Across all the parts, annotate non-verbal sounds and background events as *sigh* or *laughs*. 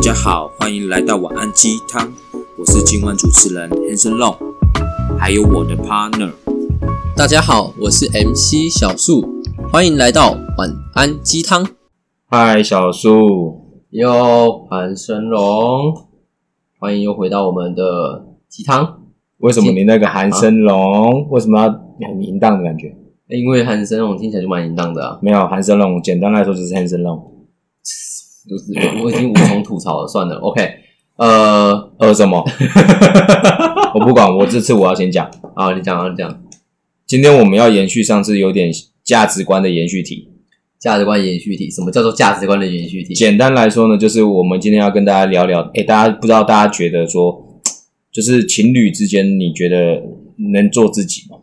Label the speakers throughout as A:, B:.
A: 家好，欢迎来到晚安鸡汤，我是今晚主持人 Hanson Long，还有我的 partner。
B: 大家好，我是 MC 小树，欢迎来到晚安鸡汤。
C: 嗨，小树，
B: 哟，潘神龙，欢迎又回到我们的鸡汤。
C: 为什么你那个韩生龙、为什么要很淫荡的感觉？
B: 诶因为韩神龙听起来就蛮淫荡的啊，
C: 没有韩生龙，简单来说就是韩生龙。
B: 就是我我已经无从吐槽了，算了，OK。呃，
C: 呃，什 *laughs* 么？我不管，我这次我要先讲。
B: 好，你讲啊，你讲，
C: 今天我们要延续上次有点价值观的延续题。
B: 价值观延续体，什么叫做价值观的延续体？
C: 简单来说呢，就是我们今天要跟大家聊聊。诶，大家不知道大家觉得说，就是情侣之间，你觉得能做自己吗？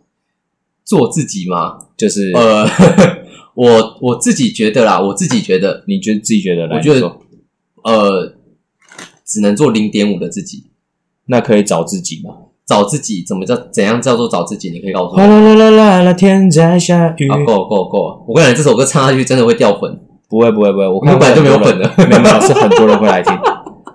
B: 做自己吗？
C: 就是、
B: 呃， *laughs* 我我自己觉得啦，我自己觉得，
C: 你觉得自己觉得来
B: 我觉
C: 你
B: 得
C: 说，
B: 呃，只能做零点五的自己，
C: 那可以找自己吗？
B: 找自己怎么叫怎样叫做找自己？你可以告诉我。
C: 哗啦啦啦啦啦，天在下雨。
B: 啊，够了够了够了！我跟你讲，这首歌唱下去真的会掉粉。
C: 不会不会不会，我看
B: 你本来就没有粉的
C: 了，没有没有是很多人会来听，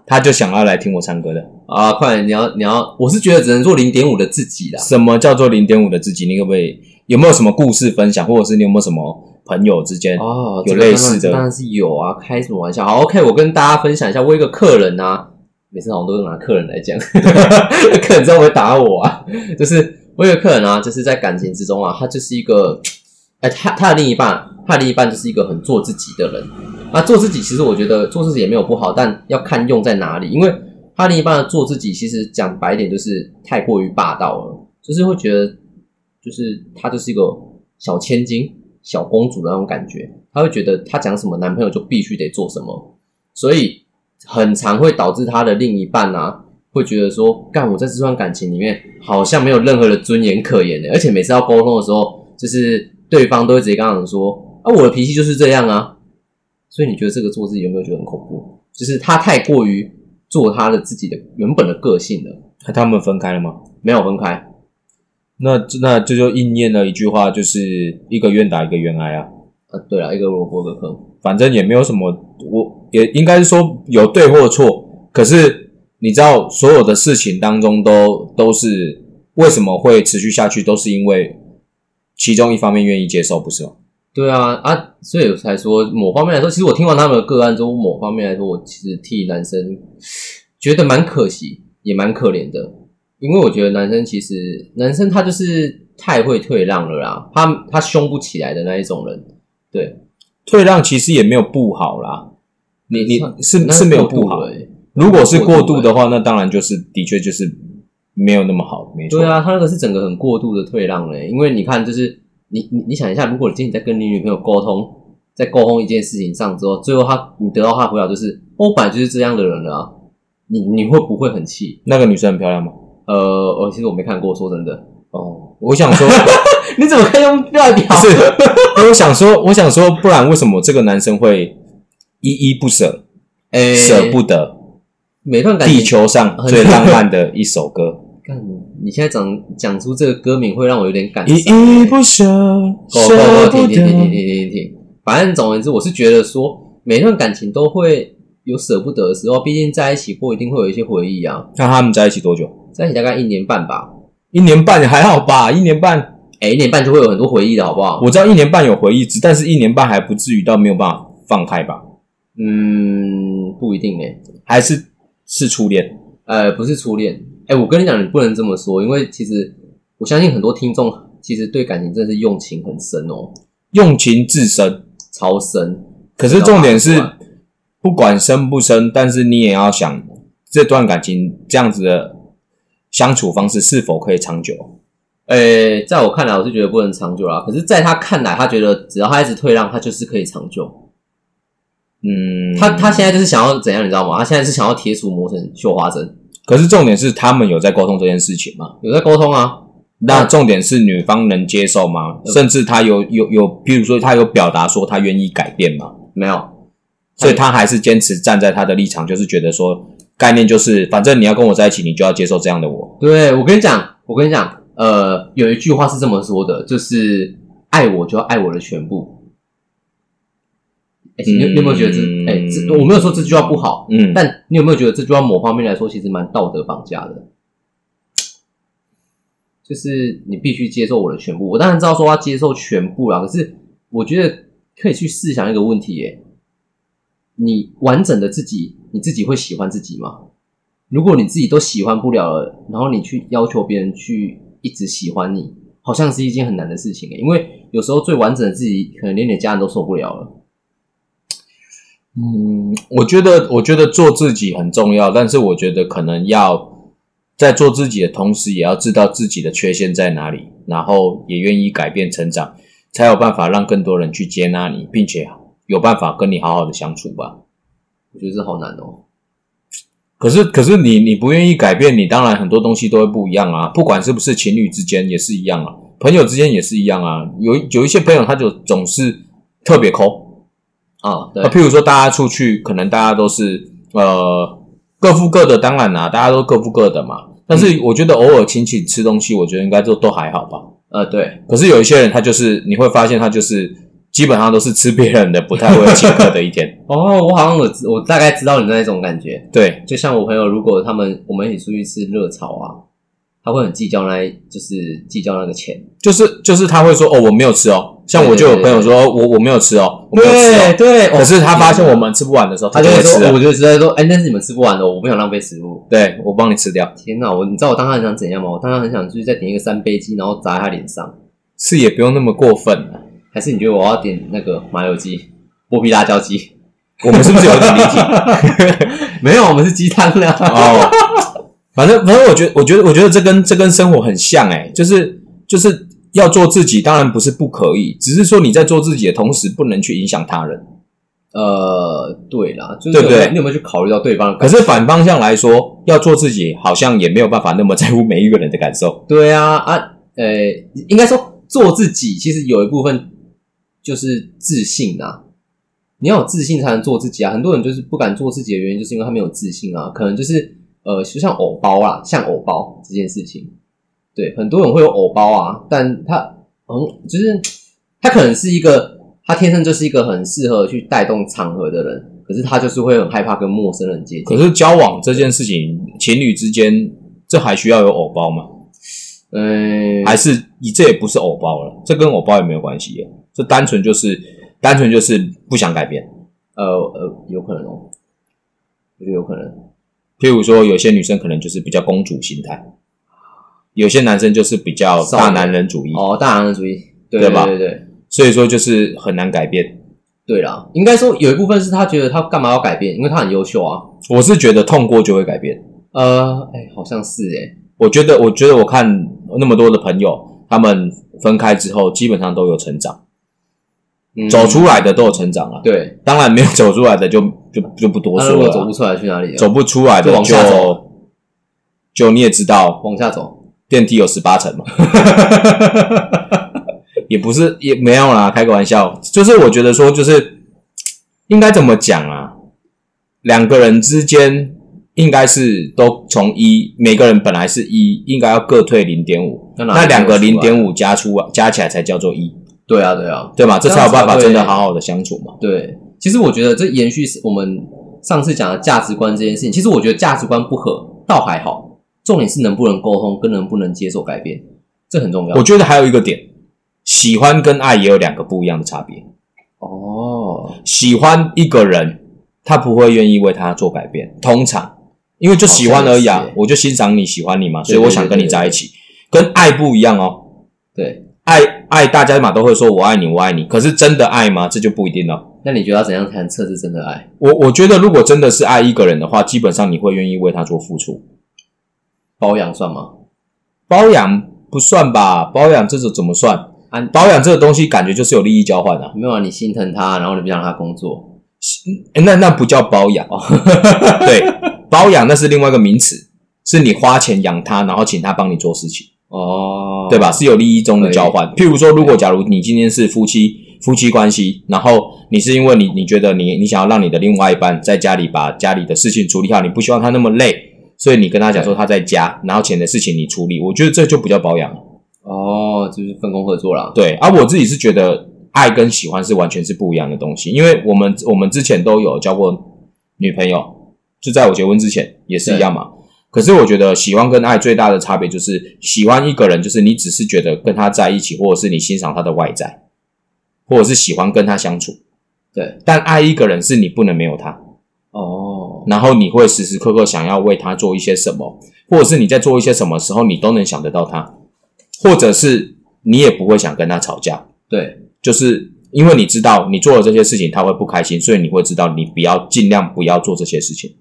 C: 他就想要来听我唱歌的。
B: 啊，快点，你要你要，我是觉得只能做零点五的自己啦。
C: 什么叫做零点五的自己？你可不可以有没有什么故事分享，或者是你有没有什么朋友之间？
B: 哦，
C: 有
B: 这个
C: 类似
B: 当
C: 的
B: 然当然是有啊，开什么玩笑？好，OK，我跟大家分享一下，我有一个客人啊，每次好像都是拿客人来
C: *laughs*
B: 讲，客人知道会打我啊。就是我有一个客人啊，就是在感情之中啊，他就是一个，哎，他他的另一半，他的另一半就是一个很做自己的人。那做自己，其实我觉得做自己也没有不好，但要看用在哪里。因为他另一半的做自己，其实讲白一点就是太过于霸道了，就是会觉得，就是他就是一个小千金、小公主的那种感觉。他会觉得他讲什么，男朋友就必须得做什么，所以很常会导致他的另一半啊，会觉得说，干我在这段感情里面好像没有任何的尊严可言的，欸而且每次要沟通的时候，就是对方都会直接跟他讲说，啊，我的脾气就是这样啊，所以你觉得这个做自己有没有觉得很恐怖？就是他太过于做他的自己的原本的个性了，
C: 那他们分开了吗？
B: 没有分开。啊
C: 那那这就应验了一句话，就是一个愿打一个愿挨啊。
B: 啊，对了，一个萝卜一个坑，
C: 反正也没有什么，我也应该是说有对或错。可是你知道，所有的事情当中都都是为什么会持续下去，都是因为其中一方面愿意接受，不是吗？
B: 对啊，啊，所以我才说某方面来说，其实我听完他们的个案之后，某方面来说，我其实替男生觉得蛮可惜，也蛮可怜的，因为我觉得男生其实男生他就是太会退让了啦，他他凶不起来的那一种人，对，
C: 退让其实也没有不好啦，你你
B: 算
C: 是
B: 那
C: 是没有
B: 过度
C: 不好
B: 了。欸
C: 如果是过度
B: 过度
C: 的话，那当然就是的确就是没有那么好，没错。
B: 对，啊，他那个是整个很过度的退让嘞，因为你看，就是你你你想一下，如果你今天在跟你女朋友沟通，在沟通一件事情上之后，最后他你得到他的回答就是，哦我本来就是这样的人了、啊，你你会不会很气？
C: 那个女生很漂亮吗？
B: 呃，我、其实我没看过，说真的， *laughs*
C: 哦，我想说
B: 你怎么可以用外表
C: 不？是，呃我想说，我想说，不然为什么这个男生会依依不舍、
B: *laughs* 哎
C: 舍不得？
B: 每段感情
C: 地球上最浪漫的一首歌，
B: *laughs* 干，你现在讲讲出这个歌名会让我有点感伤
C: 依依不舍，
B: 够够够，
C: 舍
B: 哦停
C: 不啊
B: 停停停
C: 得。
B: 停停停。反正总而言之，我是觉得说，每段感情都会有舍不得的时候，毕竟在一起过，一定会有一些回忆啊。
C: 那他们在一起多久？
B: 在一起大概一年半吧，
C: 一年半还好吧？一年半，
B: 哎、一年半就会有很多回忆的好不好？
C: 我知道一年半有回忆值，但是一年半还不至于到没有办法放开吧？
B: 嗯，不一定哎、
C: 还是是初恋？
B: 呃，不是初恋。哎、我跟你讲，你不能这么说，因为其实我相信很多听众其实对感情真的是用情很深哦，
C: 用情至深。
B: 超深。
C: 可是重点
B: 知
C: 是
B: 道吧，
C: 不管深不深，但是你也要想这段感情这样子的相处方式是否可以长久。
B: 哎、在我看来，我是觉得不能长久啦。可是，在他看来，他觉得只要他一直退让，他就是可以长久。
C: 嗯，
B: 他他现在就是想要怎样，你知道吗？他现在是想要铁杵磨成绣花针，
C: 可是重点是他们有在沟通这件事情吗？
B: 有在沟通啊。
C: 那重点是女方能接受吗？
B: 嗯
C: 甚至他有有有，譬如说他有表达说他愿意改变吗？
B: 没有，
C: 所以他还是坚持站在他的立场，就是觉得说概念就是，反正你要跟我在一起，你就要接受这样的我。
B: 对我跟你讲，我跟你讲，呃，有一句话是这么说的，就是爱我就要爱我的全部。哎、你有你有没有觉得这？
C: 嗯
B: 哎、这我没有说这句话不好，
C: 嗯，
B: 但你有没有觉得这句话某方面来说其实蛮道德绑架的？就是你必须接受我的全部。我当然知道说要接受全部啦，可是我觉得可以去试想一个问题、耶：你完整的自己，你自己会喜欢自己吗？如果你自己都喜欢不了了，然后你去要求别人去一直喜欢你，好像是一件很难的事情、耶因为有时候最完整的自己，可能连你的家人都受不了了。
C: 嗯，我觉得，我觉得做自己很重要，但是我觉得可能要在做自己的同时，也要知道自己的缺陷在哪里，然后也愿意改变成长，才有办法让更多人去接纳你，并且有办法跟你好好的相处吧。
B: 我觉得这好难哦、
C: 可是，可是你你不愿意改变，你当然很多东西都会不一样啊。不管是不是情侣之间也是一样啊，朋友之间也是一样啊。有有一些朋友他就总是特别抠，
B: 啊，对
C: 那，譬如说大家出去，可能大家都是呃各付各的，当然啦，大家都各付各的嘛。但是我觉得偶尔请请吃东西，我觉得应该都都还好吧。
B: 呃，对，
C: 可是有一些人，他就是你会发现，他就是基本上都是吃别人的，不太会请客的一
B: *laughs*
C: 天。
B: 哦，我好像我知我大概知道你那种感觉，
C: 对，
B: 就像我朋友，如果他们我们一起出去吃热炒啊，他会很计较那一，就是计较那个钱，
C: 就是就是他会说哦，我没有吃哦。像我就有朋友说，我我没有吃哦，我没有吃哦。
B: 对，
C: 可是他发现我们吃不完的时候，
B: 他
C: 就
B: 就会
C: 会吃
B: 说，
C: 了。
B: 我就直接说，哎，但是你们吃不完的，我不想浪费食物。
C: 对，我帮你吃掉，
B: 天哪，我你知道我当时很想怎样吗？我当时很想就是再点一个三杯鸡，然后砸在他脸上，
C: 是也不用那么过分啊。
B: 还是你觉得我要点那个麻油鸡、剥皮辣椒鸡？ *laughs*
C: 我们是不是有点离题？
B: 没有，我们是鸡汤的啊。
C: *laughs* 哦，反正反正我觉得，我觉得，我觉得这跟这跟生活很像哎、就是就是要做自己，当然不是不可以，只是说你在做自己的同时，不能去影响他人。
B: 呃，对啦，就是
C: 对不对
B: 你有没有去考虑到对方的
C: 可
B: 感受？
C: 是反方向来说，要做自己，好像也没有办法那么在乎每一个人的感受。
B: 对啊啊，呃，应该说做自己，其实有一部分就是自信啊。你要有自信才能做自己啊。很多人就是不敢做自己的原因，就是因为他没有自信啊。可能就是呃，就像偶包啊，像偶包这件事情，对，很多人会有偶包啊，但他嗯，就是他可能是一个他天生就是一个很适合去带动场合的人，可是他就是会很害怕跟陌生人接近。
C: 可是交往这件事情，情侣之间，这还需要有偶包吗？
B: 嗯，
C: 还是你这也不是偶包了，这跟偶包也没有关系耶，这单纯就是单纯就是不想改变。
B: 呃呃，有可能哦，我觉得有可能。
C: 譬如说，有些女生可能就是比较公主心态，有些男生就是比较
B: 少
C: 大
B: 年
C: 男人主义，
B: 哦，大男人主义，对
C: 对
B: 对
C: 吧
B: 对对
C: 所以说就是很难改变。
B: 对啦，应该说有一部分是他觉得他干嘛要改变，因为他很优秀啊。
C: 我是觉得痛过就会改变。
B: 呃，哎、好像是哎、
C: 我觉得，我觉得我看那么多的朋友，他们分开之后，基本上都有成长，
B: 嗯
C: 走出来的都有成长了。
B: 对，
C: 当然，没有走出来的就就就不多
B: 那
C: 说
B: 如果
C: 了
B: 走不
C: 啦，
B: 出来去哪里啊？
C: 走不出来的
B: 就往
C: 就
B: 下走
C: 就你也知道，
B: 往下走，
C: 电梯有十八层嘛，也不是也没有啦，开个玩笑，就是我觉得说，就是应该怎么讲啊？两个人之间应该是都从一，每个人本来是一，应该要各退零点五，
B: 那哪
C: 那两个
B: 里
C: 零
B: 走出来
C: 点五加出啊加起来才叫做一，
B: 对啊对啊
C: 对吗？这才有办法真
B: 这
C: 的
B: 样才会
C: 好好的相处嘛。
B: 对。其实我觉得这延续是我们上次讲的价值观这件事情，其实我觉得价值观不合倒还好，重点是能不能沟通跟能不能接受改变，这很重要。
C: 我觉得还有一个点，喜欢跟爱也有两个不一样的差别。
B: 哦，
C: 喜欢一个人，他不会愿意为他做改变，通常因为就喜欢而已
B: 好
C: 啊
B: 像是，
C: 我就欣赏你喜欢你嘛，所
B: 哦对
C: 以我想跟你在一起。跟爱不一样哦，
B: 对，
C: 爱爱大家嘛都会说我爱你，我爱你，可是真的爱吗？这就不一定了。
B: 那你觉得要怎样才能测试真的爱？
C: 我我觉得如果真的是爱一个人的话，基本上你会愿意为他做付出。
B: 包养算吗？
C: 包养不算吧，包养这种怎么算？
B: 啊，
C: 包养这个东西感觉就是有利益交换啊，
B: 没有啊，你心疼他，然后你不想让他工作，
C: 诶那那不叫包养哦。 *laughs* 对，包养那是另外一个名词，是你花钱养他，然后请他帮你做事情。
B: 哦，
C: 对吧？？是有利益中的交换。譬如说，如果假如你今天是夫妻夫妻关系，然后你是因为你你觉得你你想要让你的另外一半在家里把家里的事情处理好，你不希望他那么累，所以你跟他讲说他在家，然后钱的事情你处理，我觉得这就不叫保养。
B: 哦，就是分工合作啦。
C: 对，而、啊、我自己是觉得爱跟喜欢是完全是不一样的东西。因为我们我们之前都有交过女朋友，就在我结婚之前也是一样嘛。可是我觉得喜欢跟爱最大的差别就是，喜欢一个人就是你只是觉得跟他在一起，或者是你欣赏他的外在，或者是喜欢跟他相处。
B: 对，
C: 但爱一个人是你不能没有他。
B: 哦，
C: 然后你会时时刻刻想要为他做一些什么，或者是你在做一些什么时候，你都能想得到他，或者是你也不会想跟他吵架，
B: 对，
C: 就是因为你知道你做了这些事情他会不开心，所以你会知道你不要尽量不要做这些事情。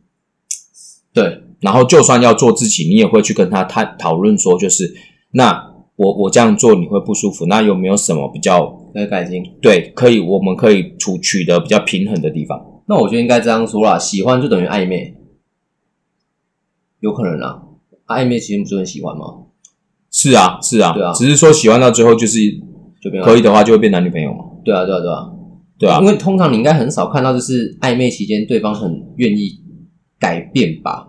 B: 对，
C: 然后就算要做自己，你也会去跟他探讨论说，就是那我我这样做你会不舒服，那有没有什么比较
B: 那个改进。
C: 对可以我们可以处取得比较平衡的地方？
B: 那我觉得应该这样说啦，喜欢就等于暧昧，有可能啊。啊暧昧其实不就很喜欢吗？
C: 是啊，是啊，
B: 对啊
C: 只是说喜欢到最后就是
B: 就变
C: 可以的话就会变男女朋友嘛，
B: 对啊，对啊，对啊。
C: 对啊
B: 因。为通常你应该很少看到，就是暧昧期间对方很愿意改变吧？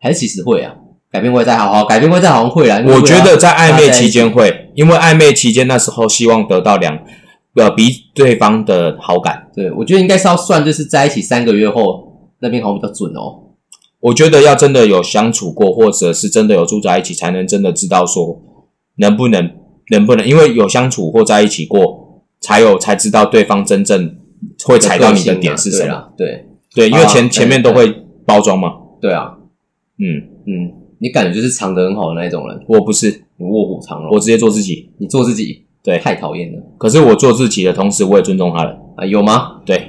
B: 还是其实会啊？改变外在好好，改变外在好像会啊。因为
C: 我觉得在暧昧
B: 大
C: 期
B: 家在一起，
C: 间会，因为暧昧期间那时候希望得到两呃比对方的好感，
B: 对我觉得应该是要算，就是在一起三个月后，那边好像比较准哦。
C: 我觉得要真的有相处过，或者是真的有住在一起，才能真的知道说能不能能不能，因为有相处或在一起过，才有才知道对方真正会踩到你的点是什
B: 啊对
C: 么。
B: 啦？对
C: 对，因为前
B: 啊
C: 前面都会包装嘛。
B: 对啊，
C: 嗯，
B: 嗯，你感觉就是藏得很好的那一种人，
C: 我不是，
B: 你卧虎藏龙，
C: 我直接做自己。
B: 你做自己，
C: 对，
B: 太讨厌了
C: 可是我做自己的同时，我也尊重他人。
B: 啊！有吗？
C: 对，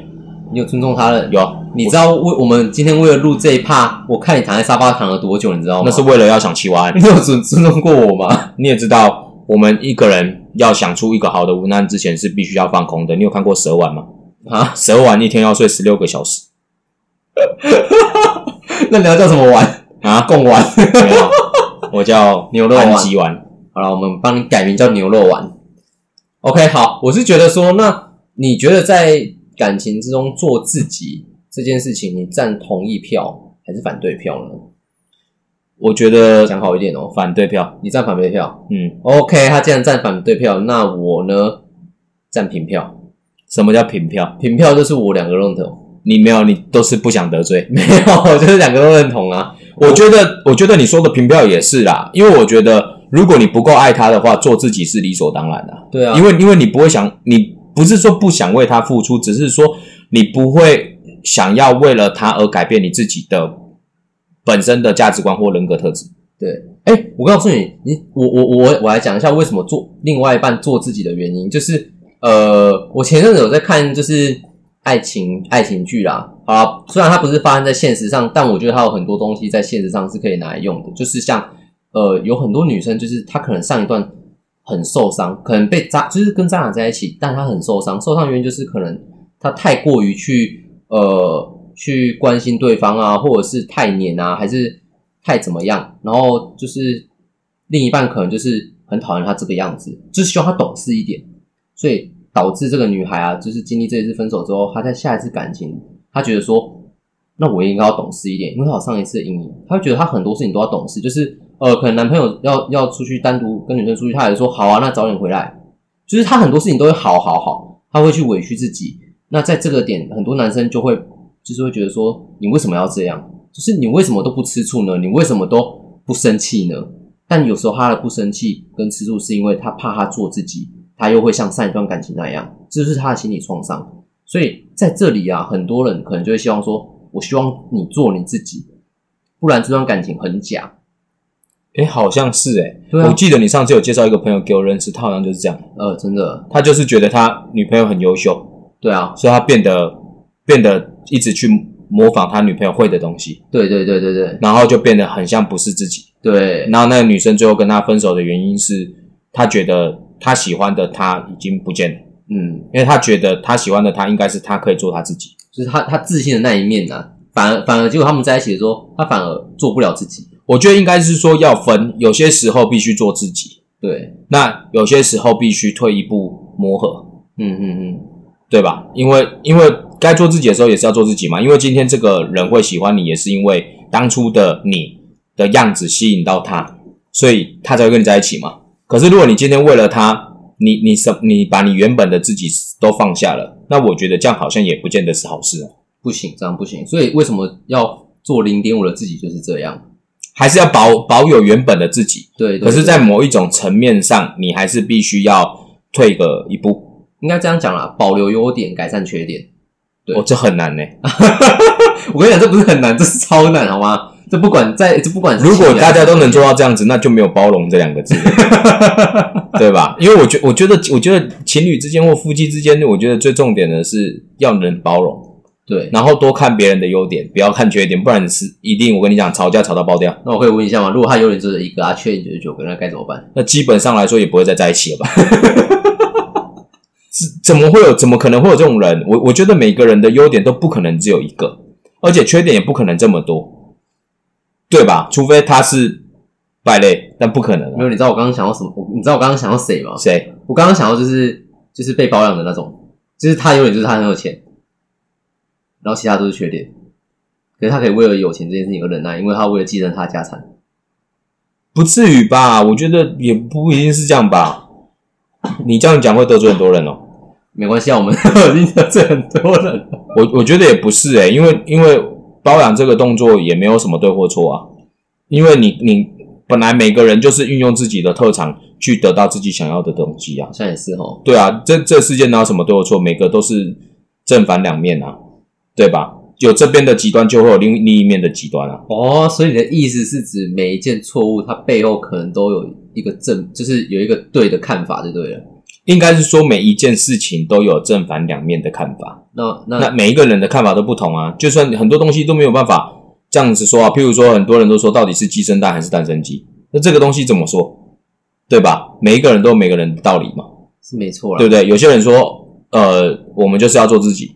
B: 你有尊重他人？。
C: 有，
B: 你知道为我们今天为了录这一趴，我看你躺在沙发躺了多久，你知道吗？
C: 那是为了要想七万案。
B: *laughs* 你有尊尊重过我吗？
C: 你也知道，我们一个人要想出一个好的文案之前是必须要放空的。你有看过蛇丸吗？
B: 啊，
C: 蛇丸一天要睡十六个小时
B: 那你要叫什么玩？
C: 啊？
B: 贡丸。
C: 没有，我叫
B: 牛肉丸
C: 安吉丸。
B: 好了，我们帮你改名叫牛肉丸。OK，好，我是觉得说，那你觉得在感情之中做自己这件事情，你占同意票还是反对票呢？
C: 我觉得
B: 讲好一点哦，
C: 反对票，
B: 你占反对票。
C: 嗯，
B: OK，他既然占反对票，那我呢占平票。
C: 什么叫平票？
B: 平票就是我两个认同， *laughs*
C: 你没有，你都是不想得罪。
B: 没有，就是两个都认同啊。
C: 我觉得，我觉得你说的平票也是啦，因为我觉得如果你不够爱他的话，做自己是理所当然的、
B: 对啊，
C: 因
B: 为
C: 为因为你不会想，你不是说不想为他付出，只是说你不会想要为了他而改变你自己的本身的价值观或人格特质。
B: 对，哎，我告诉你，你我我我我来讲一下为什么做另外一半做自己的原因，就是呃，我前阵子有在看就是爱情爱情剧啦，好啦，虽然它不是发生在现实上，但我觉得它有很多东西在现实上是可以拿来用的，就是像呃，有很多女生就是她可能上一段很受伤，可能被渣，就是跟渣男在一起，但她很受伤，受伤原因就是可能她太过于去呃去关心对方啊，或者是太黏啊，还是太怎么样，然后就是另一半可能就是很讨厌她这个样子，就是希望她懂事一点，所以导致这个女孩啊，就是经历这一次分手之后，她在下一次感情，她觉得说，那我也应该要懂事一点，因为她有上一次的阴影，她会觉得她很多事情都要懂事，就是呃，可能男朋友要要出去单独跟女生出去，她也说好啊，那早点回来，就是她很多事情都会好好好，她会去委屈自己。那在这个点，很多男生就会就是会觉得说，你为什么要这样？就是你为什么都不吃醋呢？你为什么都不生气呢？但有时候他的不生气跟吃醋，是因为他怕他做自己，他又会像上一段感情那样，这就是他的心理创伤。所以在这里啊，很多人可能就会希望说，我希望你做你自己，不然这段感情很假。
C: 诶，好像是诶，
B: 对啊
C: 我记得你上次有介绍一个朋友给我认识，他好像就是这样，
B: 呃，真的，
C: 他就是觉得他女朋友很优秀，
B: 对啊，
C: 所以他变得变得一直去模仿他女朋友会的东西，
B: 对对对对对
C: 然后就变得很像不是自己。
B: 对，
C: 然后那个女生最后跟他分手的原因是，她觉得她喜欢的他已经不见了，
B: 嗯，
C: 因为她觉得她喜欢的他应该是她可以做她自己。
B: 就是他他自信的那一面呢、啊，反而反而结果他们在一起的时候，他反而做不了自己。
C: 我觉得应该是说要分，有些时候必须做自己，
B: 对，
C: 那有些时候必须退一步磨合，
B: 嗯嗯嗯，
C: 对吧？因为因为该做自己的时候也是要做自己嘛，因为今天这个人会喜欢你，也是因为当初的你的样子吸引到他，所以他才会跟你在一起嘛。可是如果你今天为了他，你你什你把你原本的自己都放下了，那我觉得这样好像也不见得是好事啊，
B: 不行，这样不行。所以为什么要做零点五的自己就是这样？
C: 还是要保保有原本的自己。
B: 对，对
C: 可是，
B: 对
C: 在某一种层面上，你还是必须要退个一步。
B: 应该这样讲啦，保留优点，改善缺点。对
C: 哦，这很难呢、
B: 我跟你讲，这不是很难，这是超难，好吗？这不管在，这不管是
C: 如果
B: 企业
C: 大家都能做到这样子，那就没有包容这两个字，对吧？因为我觉我觉得我觉得情侣之间或夫妻之间，我觉得最重点的是要能包容，
B: 对，
C: 然后多看别人的优点，不要看缺点，不然是一定我跟你讲，吵架吵到爆掉。
B: 那我可以问一下吗？如果他优点就是一个，他缺点就是九个，那该怎么办？
C: 那基本上来说也不会再在一起了吧？ *laughs* 是怎么会有？怎么可能会有这种人？我我觉得每个人的优点都不可能只有一个，而且缺点也不可能这么多，对吧？除非他是败类，但不可能、
B: 没
C: 啊。
B: 有，你知道我刚刚想到什么？我你知道我刚刚想到谁吗？
C: 谁？
B: 我刚刚想到就是就是被包养的那种，就是他优点就是他很有钱，然后其他都是缺点。可是他可以为了有钱这件事情而忍耐，因为他为了继承他的家产。
C: 不至于吧？我觉得也不一定是这样吧。你这样讲会得罪很多人哦。
B: 没关系啊，我们 *laughs* 已经得罪很多人了。
C: 我我觉得也不是诶、因为因为包养这个动作也没有什么对或错啊，因为你你本来每个人就是运用自己的特长去得到自己想要的东西啊
B: 好，像也是哦，
C: 对啊，这这世界哪有什么对或错，每个都是正反两面啊，对吧？有这边的极端，就会有另另一面的极端啊。
B: 哦，所以你的意思是指每一件错误，它背后可能都有一个正，就是有一个对的看法就对了。
C: 应该是说每一件事情都有正反两面的看法，
B: 那那
C: 那每一个人的看法都不同啊。就算很多东西都没有办法这样子说啊，譬如说很多人都说到底是鸡生蛋还是蛋生鸡，那这个东西怎么说，对吧？每一个人都有每个人的道理嘛。
B: 是没错啦。
C: 对不对？有些人说，呃，我们就是要做自己，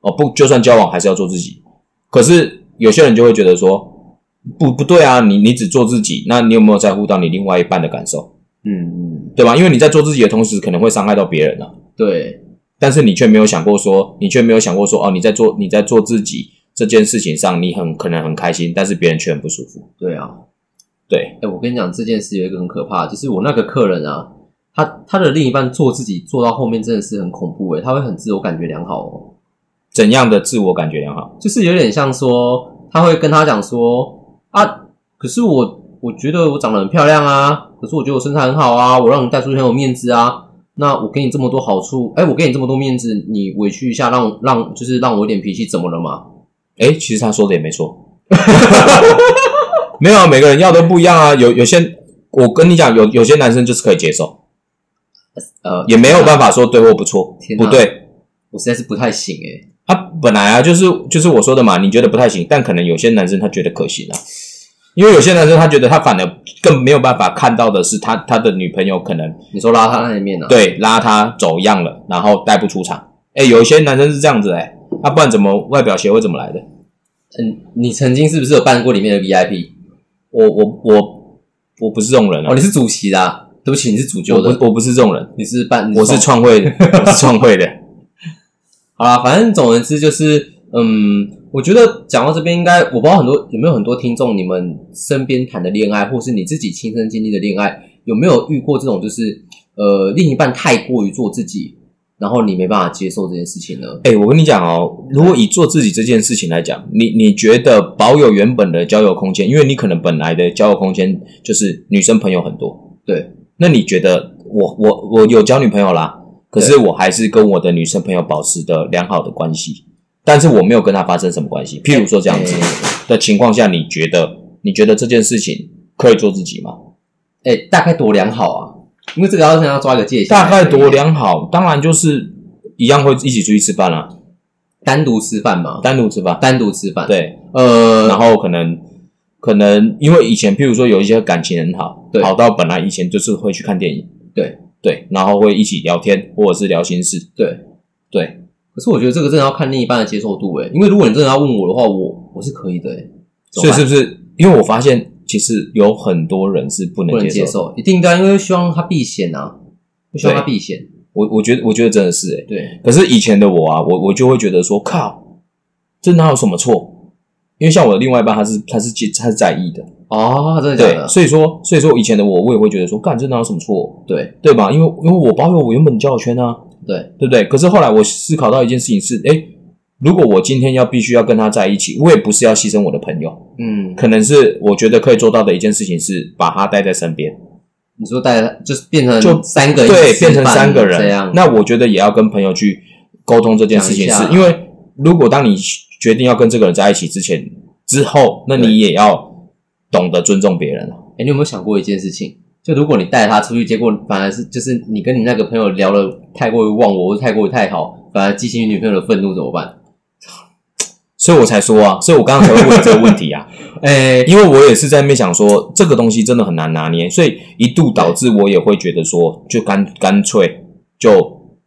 C: 哦，不，就算交往还是要做自己。可是有些人就会觉得说，不，不对啊，你你只做自己，那你有没有在乎到你另外一半的感受，
B: 嗯，嗯，
C: 对吧？因为你在做自己的同时，可能会伤害到别人啊，
B: 对，
C: 但是你却没有想过说，你却没有想过说，哦，你在做你在做自己这件事情上，你很可能很开心，但是别人却很不舒服。
B: 对啊。
C: 对，
B: 哎、我跟你讲，这件事有一个很可怕的，就是我那个客人啊，他他的另一半做自己做到后面真的是很恐怖诶、欸他会很自我感觉良好哦，
C: 怎样的自我感觉良好？
B: 就是有点像说他会跟他讲说啊，可是我我觉得我长得很漂亮啊，可是我觉得我身材很好啊，我让你带出去很有面子啊。那我给你这么多好处，哎、我给你这么多面子，你委屈一下，让让就是让我有点脾气，怎么了嘛？
C: 哎，其实他说的也没错，
B: *laughs*
C: 没有啊，每个人要的不一样啊。有有些，我跟你讲，有有些男生就是可以接受，
B: 呃，
C: 也没有办法说对或不错
B: 天，哪
C: 不对。
B: 我实在是不太行欸诶、
C: 他、本来啊，就是就是我说的嘛，你觉得不太行，但可能有些男生他觉得可行啊，因为有些男生他觉得他反而更没有办法看到的是他他的女朋友可能
B: 你说邋遢那一面啊？
C: 对拉他走样了，然后带不出场。哎，有一些男生是这样子哎，他、不然怎么外表协会怎么来的？
B: 嗯，你曾经是不是有办过里面的 VIP？
C: 我我我我不是这种人啊，
B: 哦，你是主席的啊，对不起，你是主
C: 我
B: 揪的，
C: 不我不是这种人。
B: 你是办，你
C: 我是
B: 创
C: 创会的，我是创会的。
B: 好啦，反正总而言之就是，嗯，我觉得讲到这边，应该我不知道很多有没有很多听众，你们身边谈的恋爱，或是你自己亲身经历的恋爱，有没有遇过这种就是呃，另一半太过于做自己，然后你没办法接受这件事情呢？
C: 哎、我跟你讲哦，如果以做自己这件事情来讲，你你觉得保有原本的交友空间，因为你可能本来的交友空间就是女生朋友很多，
B: 对。
C: 那你觉得我我我有交女朋友啦，可是
B: 对
C: 我还是跟我的女生朋友保持的良好的关系，但是我没有跟她发生什么关系。譬如说这样子的情况下，你觉得你觉得这件事情可以做自己吗？
B: 哎、大概多良好啊，因为这个要想要抓一个界限，
C: 大概多，良好，当然就是一样会一起出去吃饭啦、
B: 单独吃饭嘛，
C: 单独吃饭。
B: 单独吃饭，，
C: 对，
B: 呃，
C: 然后可能可能因为以前，譬如说有一些感情很好，
B: 对
C: 好到本来以前就是会去看电影，
B: 对
C: 对，然后会一起聊天或者是聊心事，
B: 对。
C: 对，
B: 可是我觉得这个真的要看另一半的接受度欸诶，因为如果你真的要问我的话，我我是可以的诶，怎
C: 所
B: 么
C: 以
B: 办
C: 是不是？因为我发现其实有很多人是
B: 不
C: 不能
B: 能接
C: 接受的，
B: 受，一定的啊，因为希望他避险啊，会希望他避险，
C: 我我觉得我觉得真的是哎、欸
B: 对
C: 可是以前的我啊，我我就会觉得说靠，这哪有什么错？因为像我的另外一半，他是他是他是在意的，
B: 哦，真的假
C: 对
B: 的，？
C: 所以说，所以说以前的我，我也会觉得说，干这哪有什么错，
B: 对
C: 对吧？因为因为我保有我原本的教育圈啊，
B: 对
C: 对不对？可是后来我思考到一件事情是，哎，如果我今天要必须要跟他在一起，我也不是要牺牲我的朋友，
B: 嗯，
C: 可能是我觉得可以做到的一件事情是把他带在身边，
B: 你说带就是变成
C: 就
B: 三个人
C: 对，
B: 吃
C: 变成
B: 饭
C: 三个人
B: 这样，啊
C: 那我觉得也要跟朋友去沟通这件事情是，
B: 讲一下
C: 因为如果当你决定要跟这个人在一起之前之后，那
B: 对
C: 你也要懂得尊重别人啊。
B: 哎、你有没有想过一件事情？就如果你带他出去，结果反而是就是你跟你那个朋友聊的太过于忘我，或者太过于太好，反而激起你女朋友的愤怒怎么办？
C: 所以我才说啊，所以我刚刚才会问这个问题 *laughs* 啊，
B: 哎、
C: 因为我也是在那边想说，这个东西真的很难拿捏，所以一度导致我也会觉得说，就干干脆就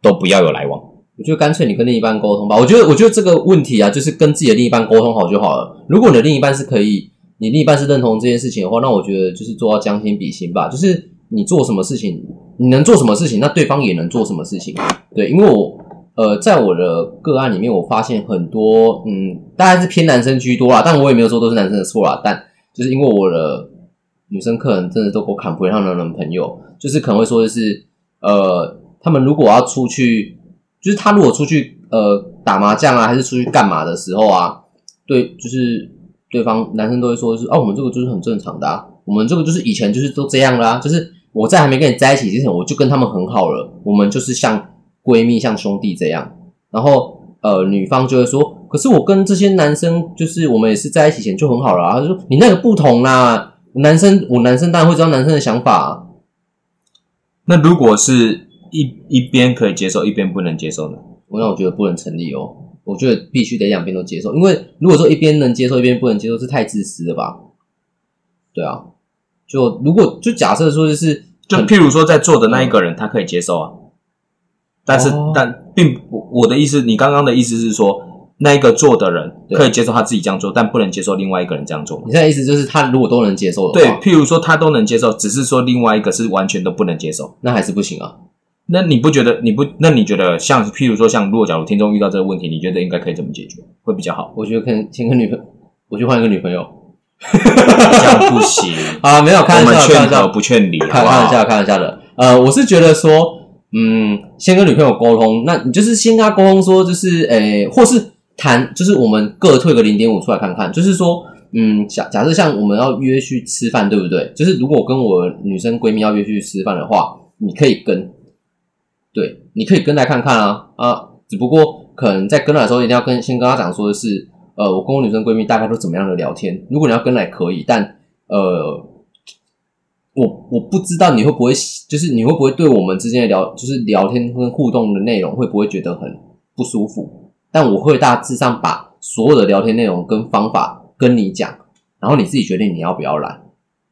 C: 都不要有来往。
B: 我觉得干脆你跟另一半沟通吧。我觉得，我觉得这个问题啊，就是跟自己的另一半沟通好就好了。如果你的另一半是可以，你另一半是认同这件事情的话，那我觉得就是做到将心比心吧。就是你做什么事情，你能做什么事情，那对方也能做什么事情。啊对，因为我呃，在我的个案里面，我发现很多嗯，大概是偏男生居多啦，但我也没有说都是男生的错啦。但就是因为我的女生客人真的都给我砍不会让的男朋友，就是可能会说就是呃，他们如果要出去，就是他如果出去呃打麻将啊，还是出去干嘛的时候啊，对，就是对方男生都会说、就是哦，我们这个就是很正常的、啊，我们这个就是以前就是都这样啦、就是我在还没跟你在一起之前，我就跟他们很好了，我们就是像闺蜜像兄弟这样，然后呃，女方就会说，可是我跟这些男生，就是我们也是在一起前就很好了、啊。他就说你那个不同啦，男生我男生当然会知道男生的想法、啊。
C: 那如果是一一边可以接受，一边不能接受呢？
B: 我那我觉得不能成立哦，我觉得必须得两边都接受，因为如果说一边能接受，一边不能接受，是太自私了吧？对啊，就如果就假设说就是
C: 就譬如说，在座的那一个人，他可以接受啊，但是、
B: 哦
C: 但并不我的意思，你刚刚的意思是说，那一个做的人
B: 对
C: 可以接受他自己这样做，但不能接受另外一个人这样做吗
B: 你现在意思就是他如果都能接受的
C: 对
B: 话，，
C: 譬如说他都能接受，只是说另外一个是完全都不能接受。
B: 那还是不行啊。
C: 那你不觉得？你不？那你觉得像譬如说像，如果假如听众遇到这个问题，你觉得应该可以怎么解决会比较
B: *laughs*
C: 好？
B: 我觉得可能先跟女朋友，我去换一个女朋友
C: 这样不行，
B: 啊，没有开
C: 我
B: 玩
C: 们
B: 笑，开
C: 劝
B: 玩笑
C: 和，不劝离，好
B: 开
C: 不
B: 开玩
C: 好？
B: 笑，开玩笑的。呃，我是觉得说，嗯，先跟女朋友沟通，那你就是先跟她沟通说，就是诶、或是谈，就是我们各退个零点五出来看看，就是说，嗯，假假设像我们要约去吃饭，对不对？就是如果跟我女生闺蜜要约去吃饭的话，你可以跟，对，你可以跟来看看啊啊，只不过可能在跟来的时候，一定要跟先跟她讲说的是，呃，我跟我女生闺蜜大概都怎么样的聊天，如果你要跟来可以，但呃，我我不知道你会不会喜，就是你会不会对我们之间的聊，就是聊天跟互动的内容，会不会觉得很不舒服？但我会大致上把所有的聊天内容跟方法跟你讲，然后你自己决定你要不要来。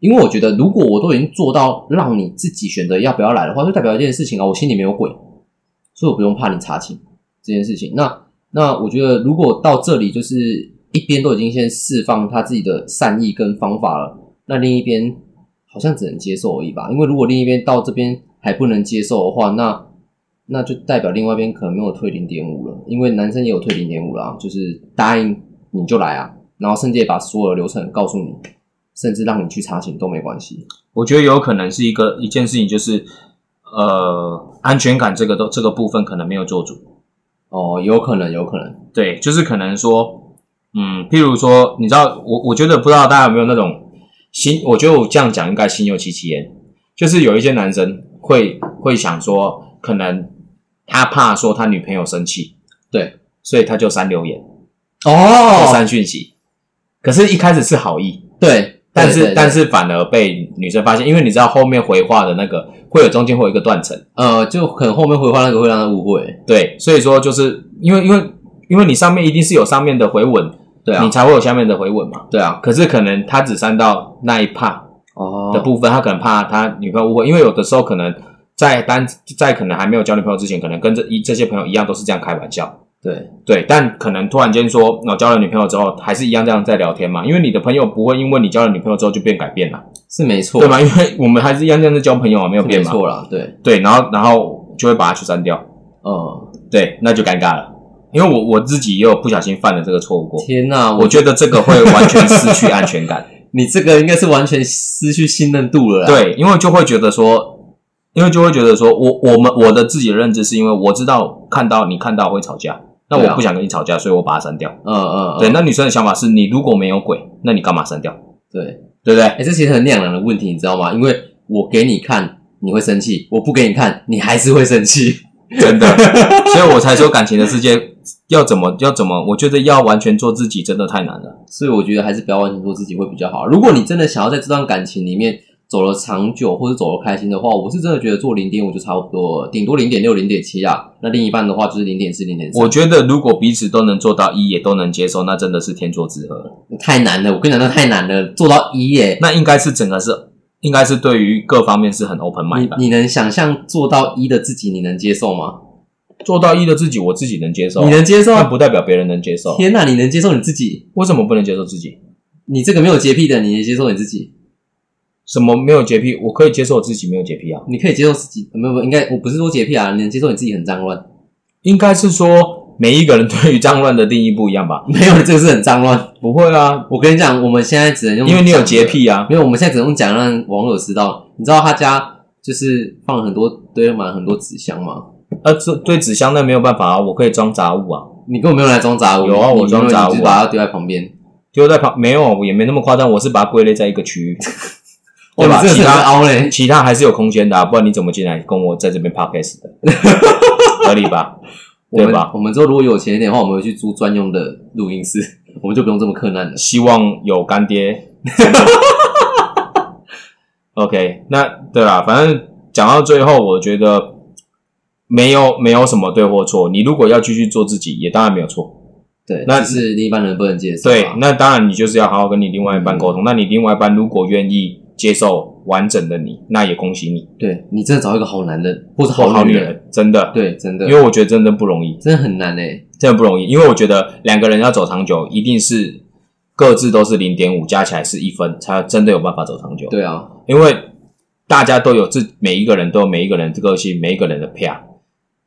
B: 因为我觉得，如果我都已经做到让你自己选择要不要来的话，就代表一件事情啊，我心里没有鬼，所以我不用怕你查寝这件事情。那那我觉得，如果到这里就是一边都已经先释放他自己的善意跟方法了，那另一边好像只能接受而已吧。因为如果另一边到这边还不能接受的话，那那就代表另外一边可能没有退零点五了，因为男生也有退零点五啦，就是答应你就来啊，然后甚至也把所有的流程告诉你，甚至让你去查寝都没关系。
C: 我觉得有可能是一个一件事情，就是呃，安全感这个都这个部分可能没有做足。
B: 哦，有可能，有可能，
C: 对，就是可能说，嗯，譬如说，你知道，我我觉得不知道大家有没有那种心，我觉得我这样讲应该心有戚戚焉，就是有一些男生会会想说，可能他怕说他女朋友生气，
B: 对，
C: 所以他就删留言、就
B: 哦，
C: 删讯息，可是一开始是好意，
B: 对，
C: 但
B: 对
C: 是
B: 对
C: 但是反而被女生发现，因为你知道后面回话的那个会有中间会有一个断层。
B: 呃，就可能后面回话那个会让他误会，
C: 对，所以说就是因为因为因为你上面一定是有上面的回吻，
B: 对啊
C: 你，才会有下面的回吻嘛。
B: 对啊，
C: 可是可能他只删到那一 part
B: 哦
C: 的部分，他可能怕他女朋友误会，因为有的时候可能在单在可能还没有交女朋友之前，可能跟这一这些朋友一样都是这样开玩笑。
B: 对，
C: 对，但可能突然间说，我、交了女朋友之后，还是一样这样在聊天嘛？因为你的朋友不会因为你交了女朋友之后就变改变了，
B: 是没错，
C: 对？吗？因为我们还是一样这样在交朋友啊，没有
B: 没
C: 变嘛。
B: 错啦，对，
C: 对，然后然后就会把它去删掉。
B: 嗯，
C: 对，那就尴尬了，因为我我自己也有不小心犯了这个错误过。
B: 天哪，我
C: 我觉得这个会完全失去安全感，
B: 你这个应该是完全失去信任度了啦。，
C: 对，因为就会觉得说，因为就会觉得说我我们我的自己的认知是因为我知道看到你看到会吵架，那
B: 对啊
C: 我不想跟你吵架，所以我把它删掉。
B: 嗯嗯，嗯
C: 对，那女生的想法是你如果没有鬼，那你干嘛删掉？
B: 对，*laughs*
C: 对不对？
B: 哎，这其实很两难的问题，你知道吗？因为我给你看，你会生气；我不给你看，你还是会生气。 *laughs*
C: 真的， *laughs* 所以我才说感情的世界要怎么要怎么，我觉得要完全做自己真的太难了。
B: 所以我觉得还是不要完全做自己会比较好。如果你真的想要在这段感情里面走了长久或者走了开心的话，我是真的觉得做零点五就差不多了，顶多零点六、零点七啊。那另一半的话就是啊零点四、零点三
C: 我。觉得如果彼此都能做到一，也都能接受，那真的是天作之合了。
B: 太难了，我跟你讲，那太难了，做到一耶。
C: 那应该是整个是，应该是对于各方面是很 open mind
B: 你
C: 的。
B: 你能想象做到一的自己，你能接受吗？
C: 做到一的自己，我自己能接受，
B: 你能接受？
C: 但不代表别人能接受。
B: 天哪，你能接受你自己？
C: 为什么不能接受自己？
B: 你这个没有洁癖的，你能接受你自己？
C: 什么没有洁癖？我可以接受我自己没有洁癖啊。
B: 你可以接受自己？呃没有，没有应该我不是说洁癖啊，你能接受你自己很脏乱？ *laughs*
C: 应该是说每一个人对于脏乱的定义不一样吧？
B: 没有，你这个是很脏乱。
C: 不会啊，
B: 我跟你讲，我们现在只能用，
C: 因为你有洁。癖啊。
B: 没有，我们现在只能讲让网友知道。你知道他家就是放了很多堆满很多纸箱吗？
C: 啊，这对纸箱那没有办法啊，我可以装杂物啊，
B: 你根本没有来装杂物，
C: 有啊
B: 你
C: 我装
B: 你没有
C: 杂物
B: 你
C: 啊
B: 就是把它丢在旁边。
C: 丢在旁没有也没那么夸张，我是把它归类在一个区域，对
B: 哦
C: 吧？
B: 这个
C: 其
B: 是很
C: 他
B: 凹嘞，
C: 其他还是有空间的、啊，不然你怎么进来跟我在这边 podcast 的？合理吧？
B: *laughs* 我们
C: 对吧？
B: 我们之后如果有钱一点的话，我们会去租专用的录音室，我们就不用这么困难了。
C: 希望有干爹。OK，那对啦，反正讲到最后，我觉得没有没有什么对或错。你如果要继续做自己，也当然没有错。
B: 对，
C: 那
B: 那是另一般人不能接受啊。嗯
C: 对，那当然你就是要好好跟你另外一半沟通。那你另外一半如果愿意接受完整的你，那也恭喜你，
B: 对你真的找一个好男人或者
C: 做好
B: 女
C: 女，人，真的。
B: 对，真的，
C: 因为我觉得真的不容易，
B: 真的很难欸诶。
C: 真的不容易。因为我觉得两个人要走长久，一定是各自都是零点五，加起来是一分，才真的有办法走长久。
B: 对啊，
C: 因为大家都有自每一个人都有每一个人的个性，每一个人的票，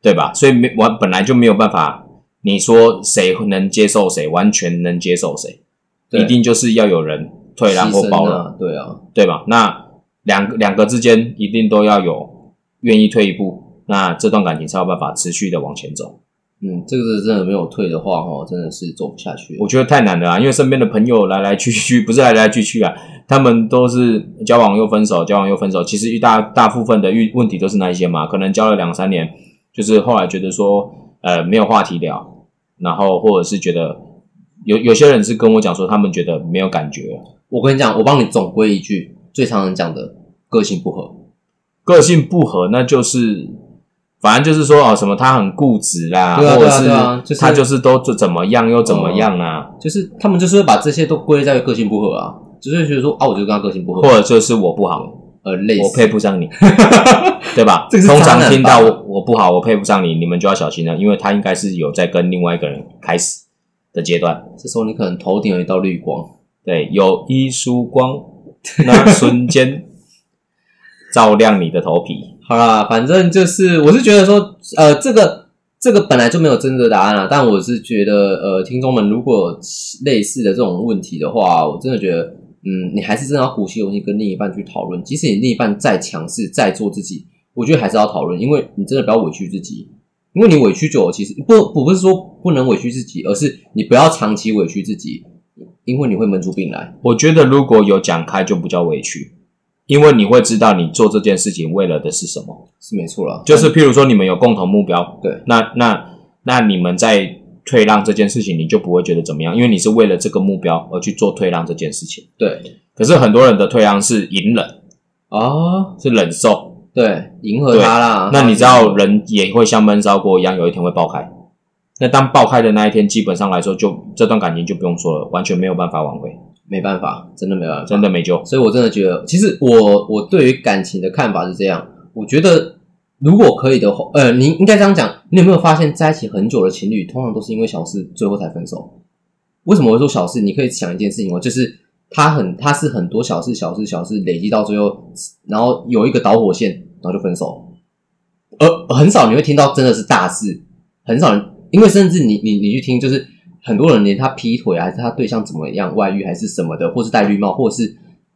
C: 对吧？所以没完本来就没有办法，你说谁能接受谁，完全能接受谁，
B: 对
C: 一定就是要有人退让或
B: 牺
C: 包
B: 牲
C: 容，
B: 啊，对啊，
C: 对吧？那两个两个之间一定都要有愿意退一步，那这段感情才有办法持续的往前走。
B: 嗯，这个是真的没有退的话，哦，真的是走不下去。
C: 我觉得太难了啊，因为身边的朋友来来去去， *laughs* 不是来来去去啊，他们都是交往又分手，交往又分手。其实一大大部分的遇问题都是那一些嘛，可能交了两三年，就是后来觉得说，呃，没有话题聊，然后或者是觉得有有些人是跟我讲说，他们觉得没有感觉，
B: 我跟你讲，我帮你总归一句，最常人讲的个性不合。
C: 个性不合，那就是。反正就是说哦，什么他很固执啦，
B: 对啊
C: 或
B: 对
C: 者
B: 啊
C: 是
B: 对啊就是哦
C: 他就是都怎么样又怎么样啊，
B: 就是他们就是会把这些都归类在个性不合啊，就是觉得说啊，我就跟他个性不合，
C: 或者就是我不好，
B: 呃类似，
C: 我配
B: *laughs*
C: 不上你，对吧？
B: 这个是
C: 通
B: 渣男吧
C: 常听到我我不好，我配不上你，你们就要小心了，因为他应该是有在跟另外一个人开始的阶段。
B: 这时候你可能头顶有一道绿光，
C: 对，有一束
B: *laughs*
C: 光，那瞬间照亮你的头皮。
B: 好啦，反正就是，我是觉得说，呃，这个这个本来就没有真的答案啦，但我是觉得，呃，听众们如果有类似的这种问题的话，我真的觉得，嗯，你还是真的要鼓起勇气跟另一半去讨论，即使你另一半再强势、再做自己，我觉得还是要讨论，因为你真的不要委屈自己，因为你委屈久了，其实不不不是说不能委屈自己，而是你不要长期委屈自己，因为你会闷出病来。
C: 我觉得如果有讲开，就不叫委屈，因为你会知道你做这件事情为了的是什么。
B: 是没错啦，
C: 就是譬如说你们有共同目标，
B: 嗯对，
C: 那那那你们在退让这件事情，你就不会觉得怎么样，因为你是为了这个目标而去做退让这件事情。
B: 对
C: 可是很多人的退让是隐忍，
B: 啊，
C: 是忍受。
B: 对，迎合他啦。
C: 那你知道人也会像闷烧锅一样，有一天会爆开。那当爆开的那一天，基本上来说就，这段感情就不用说了，完全没有办法挽回，
B: 没办法，真的没办法，
C: 真的没救。
B: 所以我真的觉得，其实我我对于感情的看法是这样，我觉得如果可以的话，呃，你应该这样讲，你有没有发现在一起很久的情侣，通常都是因为小事最后才分手？为什么我会说小事？你可以想一件事情哦，就是他很他是很多小事小事小事累积到最后，然后有一个导火线，然后就分手。而很少你会听到真的是大事，很少人，因为甚至你你你去听，就是很多人连他劈腿啊还是他对象怎么样外遇还是什么的，或是戴绿帽，或者是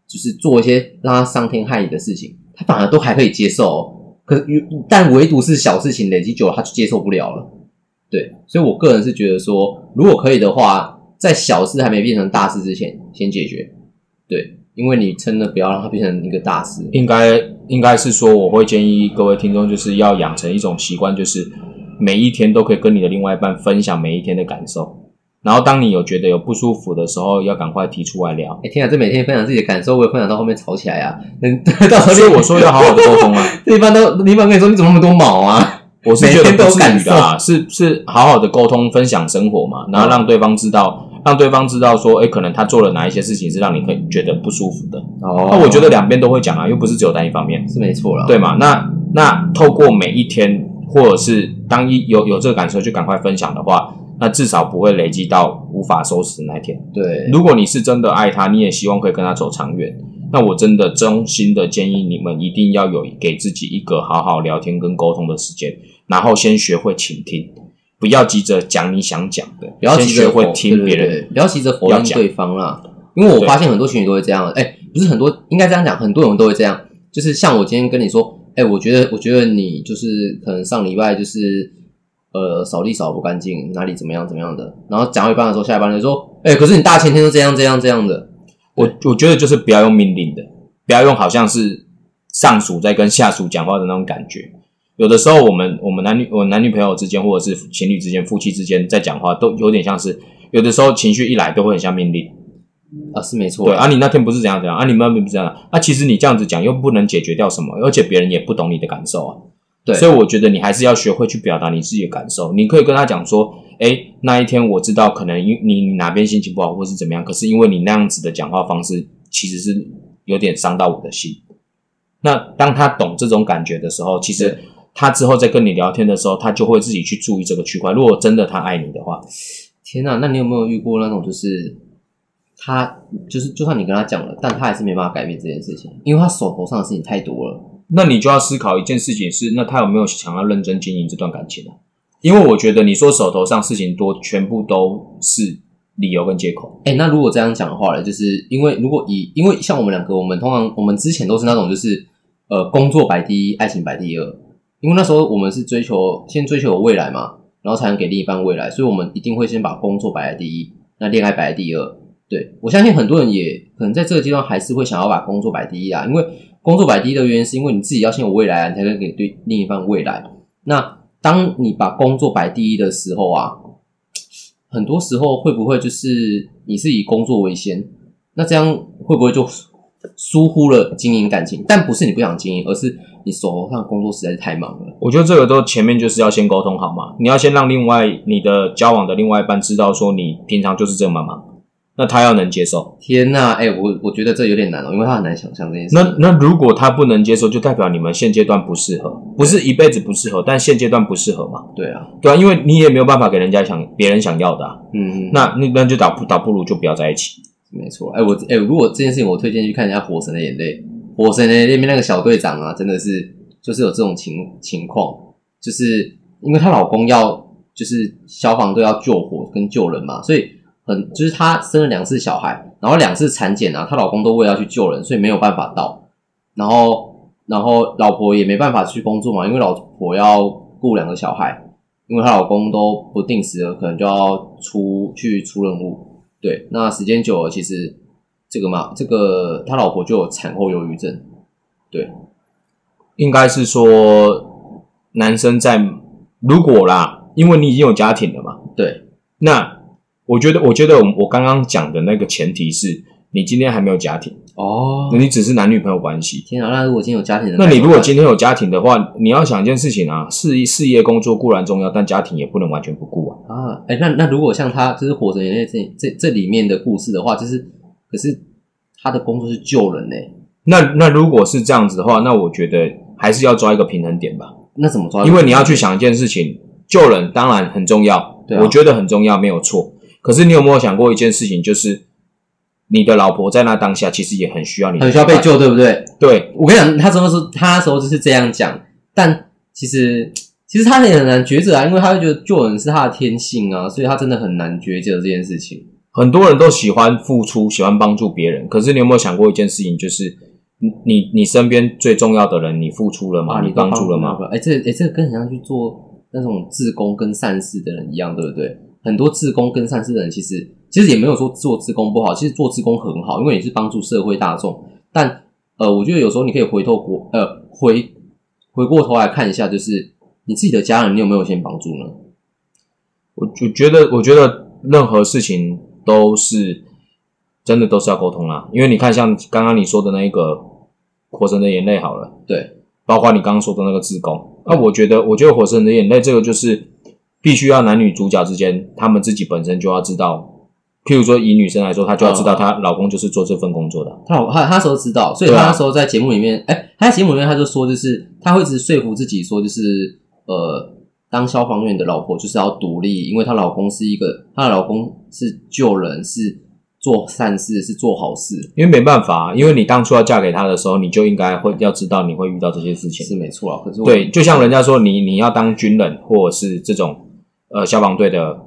B: 就是做一些让他伤天害理的事情，他反而都还可以接受、哦。可是但唯独是小事情累积久了，他就接受不了了。对，所以我个人是觉得说，如果可以的话，在小事还没变成大事之前，先解决。对，因为你真的不要让它变成一个大事。
C: 应该应该是说，我会建议各位听众，就是要养成一种习惯，就是每一天都可以跟你的另外一半分享每一天的感受。然后，当你有觉得有不舒服的时候，要赶快提出来
B: *laughs*
C: 聊。
B: 哎、天啊，这每天分享自己的感受，会分享到后面吵起来啊！ *laughs* 嗯，到时候
C: 所以
B: 就
C: 我说要好好的沟通啊，
B: 另一半都另一半跟你说你怎么那么多毛啊？
C: 我是觉
B: 每
C: 得
B: 天都
C: 不
B: 有
C: 至
B: 感嗯
C: 于的啊，是是好好的沟通，分享生活嘛，然后让对方知道，让对方知道说，哎，可能他做了哪一些事情是让你可以觉得不舒服的。
B: 哦
C: 那我觉得两边都会讲啊，又不是只有单一方面。
B: 是没错啦。
C: 对嘛？那那透过每一天，或者是当一有有这个感受就赶快分享的话，那至少不会累积到无法收拾的那一天。
B: 对，
C: 如果你是真的爱他，你也希望可以跟他走长远，那我真的衷心的建议你们一定要有给自己一个好好聊天跟沟通的时间，然后先学会倾听，不要急着讲你想讲的，
B: 不要
C: 先
B: 急
C: 学
B: 着否
C: 会听别人。
B: 对对对不要急着否
C: 要
B: 认
C: 讲
B: 对方啦。因为我发现很多情侣都会这样，哎、不是很多，应该这样讲，很多人都会这样。就是像我今天跟你说，哎、我觉得，我觉得你就是可能上礼拜就是呃扫地扫不干净，哪里怎么样怎么样的，然后讲到一半的时候，下一班就说，哎、可是你大前天都这样这样这样的，
C: 我我觉得就是不要用命令的，不要用好像是上属在跟下属讲话的那种感觉。有的时候，我们我们男女我男女朋友之间，或者是情侣之间、夫妻之间在讲话，都有点像是有的时候情绪一来都会很像命令。
B: 啊，是没错
C: 对，啊，你那天不是怎样怎样啊，你们那天不是这样啊，其实你这样子讲又不能解决掉什么，而且别人也不懂你的感受啊。
B: 对
C: 所以我觉得你还是要学会去表达你自己的感受。你可以跟他讲说，哎，那一天我知道可能因你你哪边心情不好，或是怎么样，可是因为你那样子的讲话方式，其实是有点伤到我的心。那当他懂这种感觉的时候，其实
B: 对
C: 他之后再跟你聊天的时候，他就会自己去注意这个区块。如果真的他爱你的话，
B: 天呐、那你有没有遇过那种就是他就是就算你跟他讲了，但他还是没办法改变这件事情，因为他手头上的事情太多了。
C: 那你就要思考一件事情是，那他有没有想要认真经营这段感情啊？因为我觉得你说手头上事情多，全部都是理由跟借口。
B: 哎、那如果这样讲的话呢，就是因为如果以因为像我们两个，我们通常我们之前都是那种就是呃工作摆第一，爱情摆第二，因为那时候我们是追求先追求有未来嘛，然后才能给另一半未来，所以我们一定会先把工作摆在第一，那恋爱摆在第二。对我相信很多人也可能在这个阶段还是会想要把工作摆第一啊，因为工作摆第一的原因是因为你自己要先有未来啊，你才能给对另一半未来。那当你把工作摆第一的时候啊，很多时候会不会就是你是以工作为先？那这样会不会就疏忽了经营感情？但不是你不想经营，而是你手头上工作实在是太忙了。
C: 我觉得这个都前面就是要先沟通好嘛，你要先让另外你的交往的另外一半知道说你平常就是这么忙，那他要能接受。
B: 天呐、哎、我我觉得这有点难哦，因为他很难想象这件事。
C: 那那如果他不能接受，就代表你们现阶段不适合，不是一辈子不适合，但现阶段不适合嘛？
B: 对啊，
C: 对啊，因为你也没有办法给人家想别人想要的、啊，
B: 嗯，
C: 那那那就倒不倒不如就不要在一起。
B: 没错。哎、我哎、如果这件事情，我推荐去看一下《火神的眼泪》。《火神的眼泪》里面那个小队长啊，真的是就是有这种情情况，就是因为她老公要就是消防队要救火跟救人嘛，所以很就是她生了两次小孩，然后两次产检啊，她老公都为了要去救人，所以没有办法到，然后然后老婆也没办法去工作嘛，因为老婆要顾两个小孩，因为她老公都不定时的可能就要出去出任务，对，那时间久了，其实这个嘛，这个他老婆就有产后忧郁症。
C: 应该是说男生在如果啦，因为你已经有家庭了嘛，
B: 对，
C: 那我觉得，我觉得我我刚刚讲的那个前提是你今天还没有家庭，
B: 哦
C: 你只是男女朋友关系。
B: 天啊！那如果今天有家庭的，
C: 那你如果今天有家庭的话，你要想一件事情啊，事事业工作固然重要，但家庭也不能完全不顾啊。
B: 啊，哎，那那如果像他就是《火神眼泪》这这这里面的故事的话，就是可是他的工作是救人呢、
C: 那那如果是这样子的话，那我觉得还是要抓一个平衡点吧。
B: 那怎么抓？
C: 因为你要去想一件事情，救人当然很重要，
B: 对啊
C: 我觉得很重要，没有错。可是你有没有想过一件事情，就是你的老婆在那当下其实也很需要你，
B: 很需要被。救，对不对？
C: 对，
B: 我跟你讲，他真的是他那时候就是这样讲，但其实其实他也很难抉择啊，因为他会觉得救人是他的天性啊，所以他真的很难抉择这件事情。
C: 很多人都喜欢付出，喜欢帮助别人。可是你有没有想过一件事情，就是你你你身边最重要的人，你付出了吗？啊你
B: 啊都
C: 帮助了吗？？
B: 哎、这哎、这个更像去做那种自工跟善事的人一样，对不对？很多自工跟善事的人，其实其实也没有说做自工不好，其实做自工很好，因为你是帮助社会大众。但呃，我觉得有时候你可以回头过呃回回过头来看一下，就是你自己的家人，你有没有先帮助呢？
C: 我我觉得，我觉得任何事情都是真的都是要沟通啦。因为你看，像刚刚你说的那一个《火神的眼泪》好了，
B: 对，
C: 包括你刚刚说的那个自宫，那我觉得，我觉得《火神的眼泪》这个就是必须要男女主角之间，他们自己本身就要知道。譬如说，以女生来说，她就要知道她老公就是做这份工作的。
B: 他老他他那时候知道，所以
C: 对
B: 他
C: 啊
B: 那时候在节目里面，哎、他在节目里面他就说，就是他会一直说服自己说，就是呃，当消防员的老婆就是要独立，因为她老公是一个，她的老公是救人，是做善事，是做好事，
C: 因为没办法啊，因为你当初要嫁给他的时候，你就应该会要知道你会遇到这些事情。
B: 是没错啊。可是我
C: 对，就像人家说，你你要当军人或者是这种呃消防队的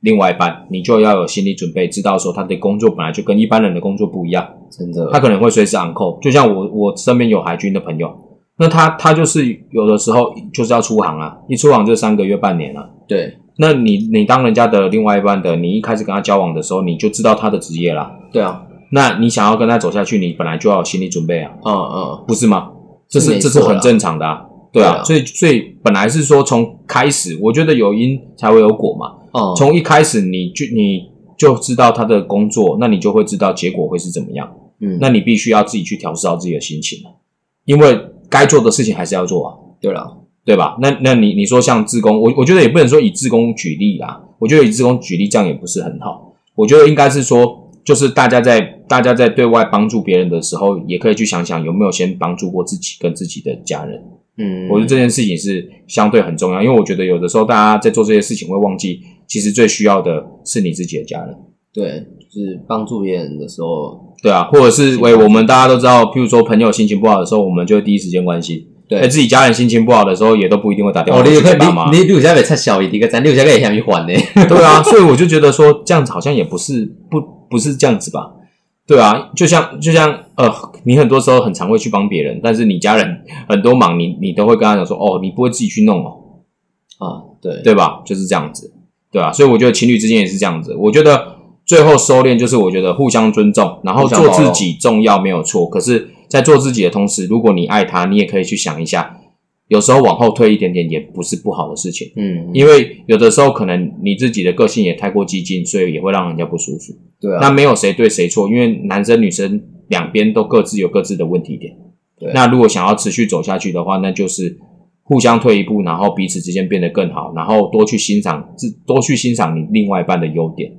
C: 另外一半，你就要有心理准备，知道说他的工作本来就跟一般人的工作不一样，
B: 真的
C: 他可能会随时昂扣。就像我我身边有海军的朋友，那他他就是有的时候就是要出航啊，一出航就三个月半年啊。
B: 对
C: 那你你当人家的另外一半的，你一开始跟他交往的时候，你就知道他的职业啦。
B: 对啊，
C: 那你想要跟他走下去，你本来就要有心理准备啊。
B: 嗯嗯，
C: 不是吗？这
B: 是
C: 是
B: 没
C: 这
B: 错
C: 是很
B: 啦
C: 正常的啊，对
B: 对
C: 啊，
B: 啊
C: 所以所以本来是说从开始，我觉得有因才会有果嘛，
B: 嗯，
C: 从一开始你就你就知道他的工作，那你就会知道结果会是怎么样，
B: 嗯
C: 那你必须要自己去调试好自己的心情，啊因为该做的事情还是要做啊，
B: 对了，
C: 对吧？那那你你说像自工，我我觉得也不能说以自工举例啦，我觉得以自工举例这样也不是很好。我觉得应该是说，就是大家在大家在对外帮助别人的时候，也可以去想想有没有先帮助过自己跟自己的家人。
B: 嗯，
C: 我觉得这件事情是相对很重要，因为我觉得有的时候大家在做这些事情会忘记，其实最需要的是你自己的家人。
B: 对，就是帮助别人的时候，
C: 对啊，或者是喂，我们大家都知道，譬如说朋友心情不好的时候，我们就会第一时间关心。
B: 对
C: 哎，自己家人心情不好的时候，也都不一定会打电话
B: 哦，
C: 给
B: 你有
C: 自
B: 可
C: 己爸妈。
B: 你你有下面才小一点，个咱六下个也下面还呢，
C: 对
B: *laughs*
C: 啊，所以我就觉得说这样子好像也不是不不是这样子吧？对啊，就像就像呃，你很多时候很常会去帮别人，但是你家人很多忙，你你都会跟他讲说哦，你不会自己去弄哦，
B: 啊，对
C: 对吧？就是这样子，对啊，所以我觉得情侣之间也是这样子。我觉得最后收敛就是我觉得互相尊重，然后
B: 互相
C: 做
B: 包容
C: 自己重要没有错。可是，在做自己的同时，如果你爱他，你也可以去想一下，有时候往后退一点点也不是不好的事情。
B: 嗯，
C: 因为有的时候可能你自己的个性也太过激进，所以也会让人家不舒服。
B: 对啊，
C: 那没有谁对谁错，因为男生女生两边都各自有各自的问题点
B: 对。
C: 那如果想要持续走下去的话，那就是互相退一步，然后彼此之间变得更好，然后多去欣赏自，多去欣赏你另外一半的优点，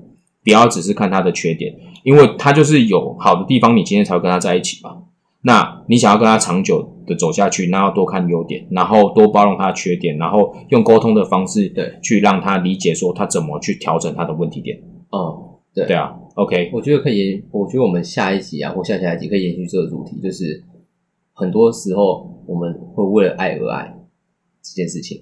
C: 不要只是看他的缺点，因为他就是有好的地方，你今天才会跟他在一起吧。那你想要跟他长久的走下去，那要多看优点，然后多包容他的缺点，然后用沟通的方式，
B: 对，
C: 去让他理解说他怎么去调整他的问题点。
B: 哦。
C: 对啊，OK，
B: 我觉得可以延，我觉得我们下一集啊，或下下一集可以延续这个主题，就是很多时候我们会为了爱而爱这件事情，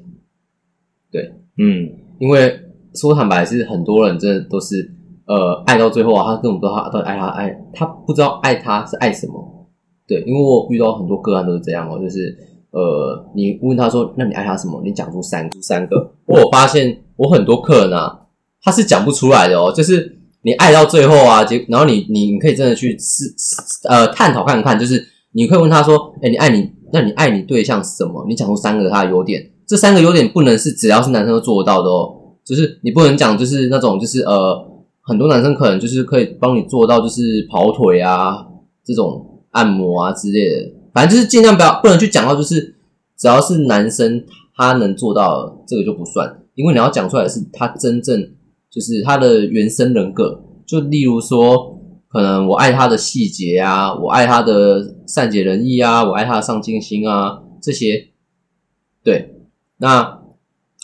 C: 嗯，
B: 因为说坦白是很多人真的都是呃爱到最后啊，他根本不知道他到底爱他爱他不知道爱他是爱什么，对，因为我遇到很多个案都是这样哦，就是呃你问他说那你爱他什么，你讲出三出三个，我有发现我很多客人啊，他是讲不出来的哦，就是你爱到最后啊，结然后你你你可以真的去试试呃探讨看看，就是你可以问他说，哎、你爱你，那你爱你对象是什么？你讲出三个他的优点，这三个优点不能是只要是男生都做得到的哦，就是你不能讲就是那种就是呃很多男生可能就是可以帮你做到就是跑腿啊这种按摩啊之类的，反正就是尽量不要不能去讲到就是只要是男生他能做到的这个就不算，因为你要讲出来的是他真正就是他的原生人格，就例如说，可能我爱他的细节啊，我爱他的善解人意啊，我爱他的上进心啊，这些，对，那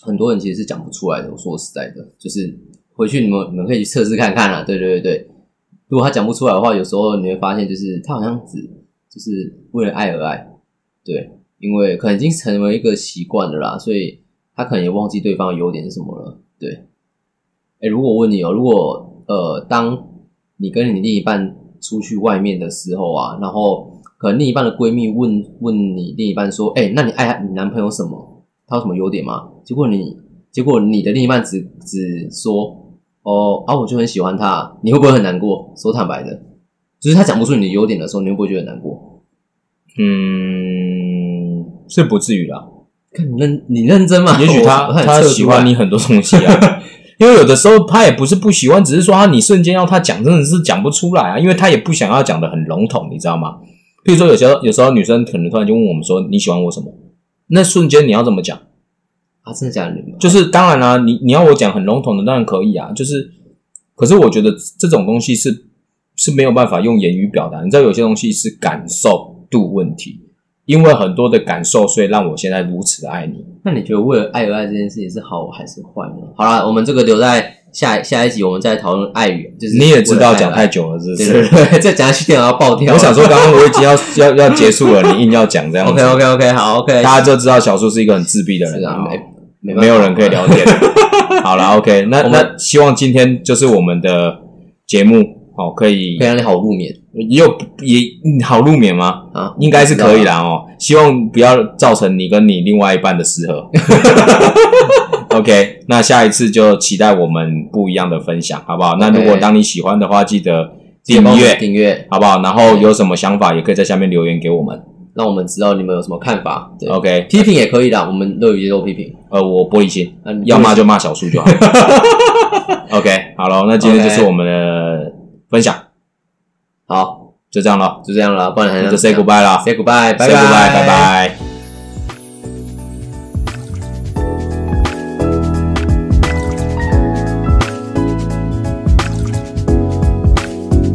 B: 很多人其实是讲不出来的。我说实在的，就是回去你们你们可以去测试看看啊，对对对对，如果他讲不出来的话，有时候你会发现，就是他好像只就是为了爱而爱，对，因为可能已经成为一个习惯了啦，所以他可能也忘记对方的优点是什么了。对，哎、如果我问你哦，如果呃，当你跟你另一半出去外面的时候啊，然后可能另一半的闺蜜问问你另一半说，哎、那你爱你男朋友什么？他有什么优点吗？结果你结果你的另一半只只说，哦啊，我就很喜欢他，你会不会很难过？说坦白的，就是他讲不出你的优点的时候，你会不会觉得很难过？
C: 嗯，是不至于啦。
B: 看你认你认真嘛？
C: 也许他
B: 我很
C: 他
B: 侧
C: 喜
B: 读啊
C: 欢你很多东西
B: *laughs*
C: 啊，因为有的时候他也不是不喜欢，只是说他啊你瞬间要他讲，真的是讲不出来啊，因为他也不想要讲的很笼统，你知道吗？譬如说有时候有时候女生可能突然就问我们说你喜欢我什么，那瞬间你要怎么讲？
B: 啊，真的假的？你
C: 就是当然啦、你你要我讲很笼统的当然可以啊，就是，可是我觉得这种东西是是没有办法用言语表达，你知道有些东西是感受度问题，因为很多的感受，所以让我现在如此的爱你。
B: 那你觉得为了爱而爱这件事情是好还是坏呢？好啦，我们这个留在下下一集，我们再讨论爱与就是
C: 你也知道
B: 为了爱
C: 讲
B: 而
C: 太
B: 爱
C: 久了，是不
B: 对
C: 是？
B: 对对，再讲下去电脑要爆掉了。
C: 我想说，刚刚我已
B: *laughs*
C: 经要要要结束了，你硬要讲这样子
B: OK OK OK 好 OK，
C: 大家就知道小树是一个很自闭的人
B: 是啊，
C: 好
B: 没没办法
C: 没有人可以聊天。
B: *laughs*
C: 好了，OK，那
B: 我们
C: 那希望今天就是我们的节目哦，可以
B: 可以让你好入眠
C: 也有也嗯好入眠吗？
B: 啊，
C: 应该是可以啦哦，希望不要造成你跟你另外一半的失
B: *laughs*
C: 和。OK，那下一次就期待我们不一样的分享，好不好？那如果
B: OK
C: 当你喜欢的话，记得
B: 记得
C: 订
B: 帮我们
C: 阅，
B: 订阅，
C: 好不好？然后有什么想法也可以在下面留言给我们。
B: 让我们知道你们有什么看法。对
C: OK，
B: 批评也可以啦，我们乐于接受批评。
C: 呃，我玻璃心，
B: 啊你
C: 要骂就骂小树就
B: *laughs*
C: 好。OK，好了，那今天
B: OK
C: 就是我们的分享，
B: 好，
C: 就这样了，
B: 就这样了，不然还
C: 那
B: 能
C: 就 say goodbye 啦
B: say goodbye，
C: ，say goodbye，拜拜。